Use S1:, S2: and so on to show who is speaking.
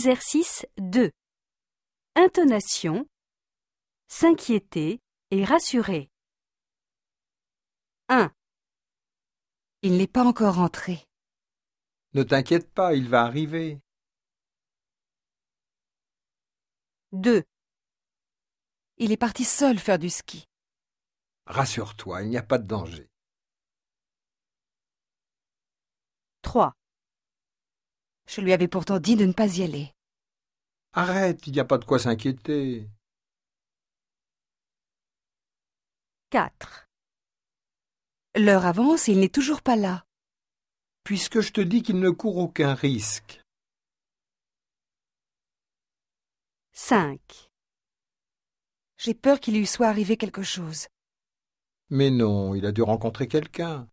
S1: Exercice 2. Intonation. S'inquiéter et rassurer. 1,
S2: Il n'est pas encore entré.
S3: Ne t'inquiète pas, il va arriver.
S1: 2,
S2: Il est parti seul faire du ski.
S3: Rassure-toi, il n'y a pas de danger.
S1: 3,
S2: Je lui avais pourtant dit de ne pas y aller.
S3: Arrête, il n'y a pas de quoi s'inquiéter.
S1: 4,
S2: L'heure avance et il n'est toujours pas là.
S3: Puisque je te dis qu'il ne court aucun risque.
S1: 5,
S2: J'ai peur qu'il lui soit arrivé quelque chose.
S3: Mais non, il a dû rencontrer quelqu'un.